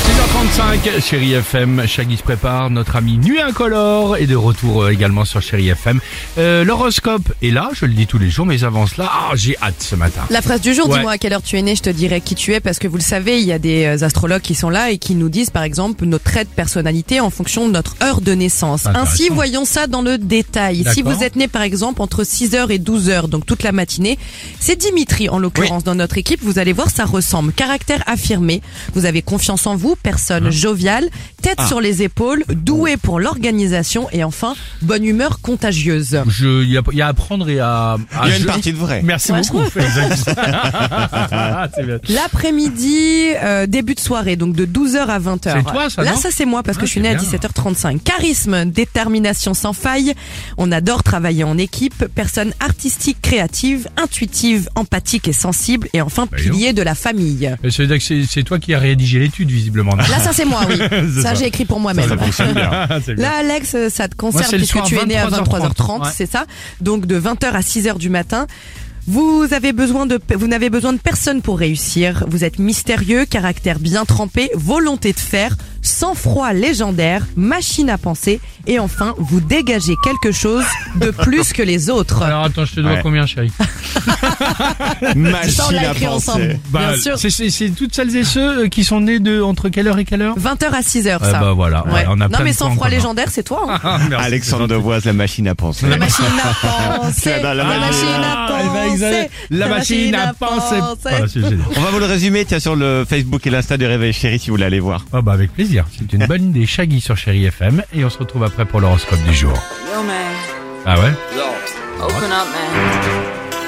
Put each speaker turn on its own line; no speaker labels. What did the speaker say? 6h35, chérie FM, Shaggy se prépare, notre ami Nuit Incolore est de retour euh, également sur chérie FM. Euh, L'horoscope est là, je le dis tous les jours, mais avant cela, ah, j'ai hâte ce matin.
La phrase du jour,
Ouais.
dis-moi à quelle heure tu es né, je te dirai qui tu es, parce que vous le savez, il y a des euh, astrologues qui sont là et qui nous disent, par exemple, nos traits de personnalité en fonction de notre heure de naissance.
Intéressant.
Ainsi, voyons ça dans le détail. Si
D'accord.
vous êtes né, par exemple, entre 6h et 12h, donc toute la matinée, c'est Dimitri, en l'occurrence, dans notre équipe, vous allez voir, ça ressemble. Caractère affirmé, vous avez confiance en vous, personne
Hum.
joviale, tête
Ah.
sur les épaules, doué pour l'organisation et enfin, bonne humeur contagieuse.
Je- Il y, a- il y a à apprendre et à... à
Il y a une
je-
partie de vrai.
Merci
Ouais,
beaucoup.
je
Exact. C'est bien.
L'après-midi, euh, début de soirée, donc de 12h à 20h.
C'est toi, ça,
Là,
non
ça, c'est moi, parce que
Ah,
je suis
c'est
née à
bien.
17h35. Charisme, détermination sans faille. On adore travailler en équipe. Personne artistique, créative, intuitive, empathique et sensible. Et enfin,
dis donc.
pilier de la famille.
Mais ça veut dire que Euh, c'est- c'est toi qui as rédigé l'étude, visiblement.
Là, ça, c'est moi, oui.
C'est
ça,
ça.
j'ai écrit pour moi-même.
Ah,
C'est bien.
Là, Alex, euh, ça te
Moi,
concerne
c'est le
puisque
soir,
tu es né à
23h30,
23h30,
ouais.
c'est ça Donc de 20h à 6h du matin. Vous avez besoin de, vous n'avez besoin de personne pour réussir. Vous êtes mystérieux, caractère bien trempé, volonté de faire, sang-froid légendaire, machine à penser, et enfin, vous dégagez quelque chose de plus que les autres.
Alors attends, je te dois
Ouais.
combien, chérie
Ça, on
Machine
l'a
à
écrit
penser.
ensemble. bien sûr.
Bah, C'est c'est- c'est toutes celles et ceux euh, qui sont nés de entre quelle heure et quelle heure
20h à 6h,
Eh
ça.
bah, voilà. Ouais, on a
non,
plein
mais
de points en
sang-froid
commun.
légendaire, c'est toi. hein.
Ah, merci.
Alexandre Devoise, la machine à penser.
La machine à penser.
Ah,
La machine à
elle va
penser.
exhaler. La machine à penser.
Ah,
Voilà, c'est génial.
On va vous le résumer, tiens, sur le Facebook et l'Insta de Réveil Chéri si vous voulez aller voir.
Ah bah avec plaisir. C'est une bonne idée. Shaggy sur Chéri FM et on se retrouve après pour l'horoscope du jour.
Yo, man,
Ah ouais
open up, man.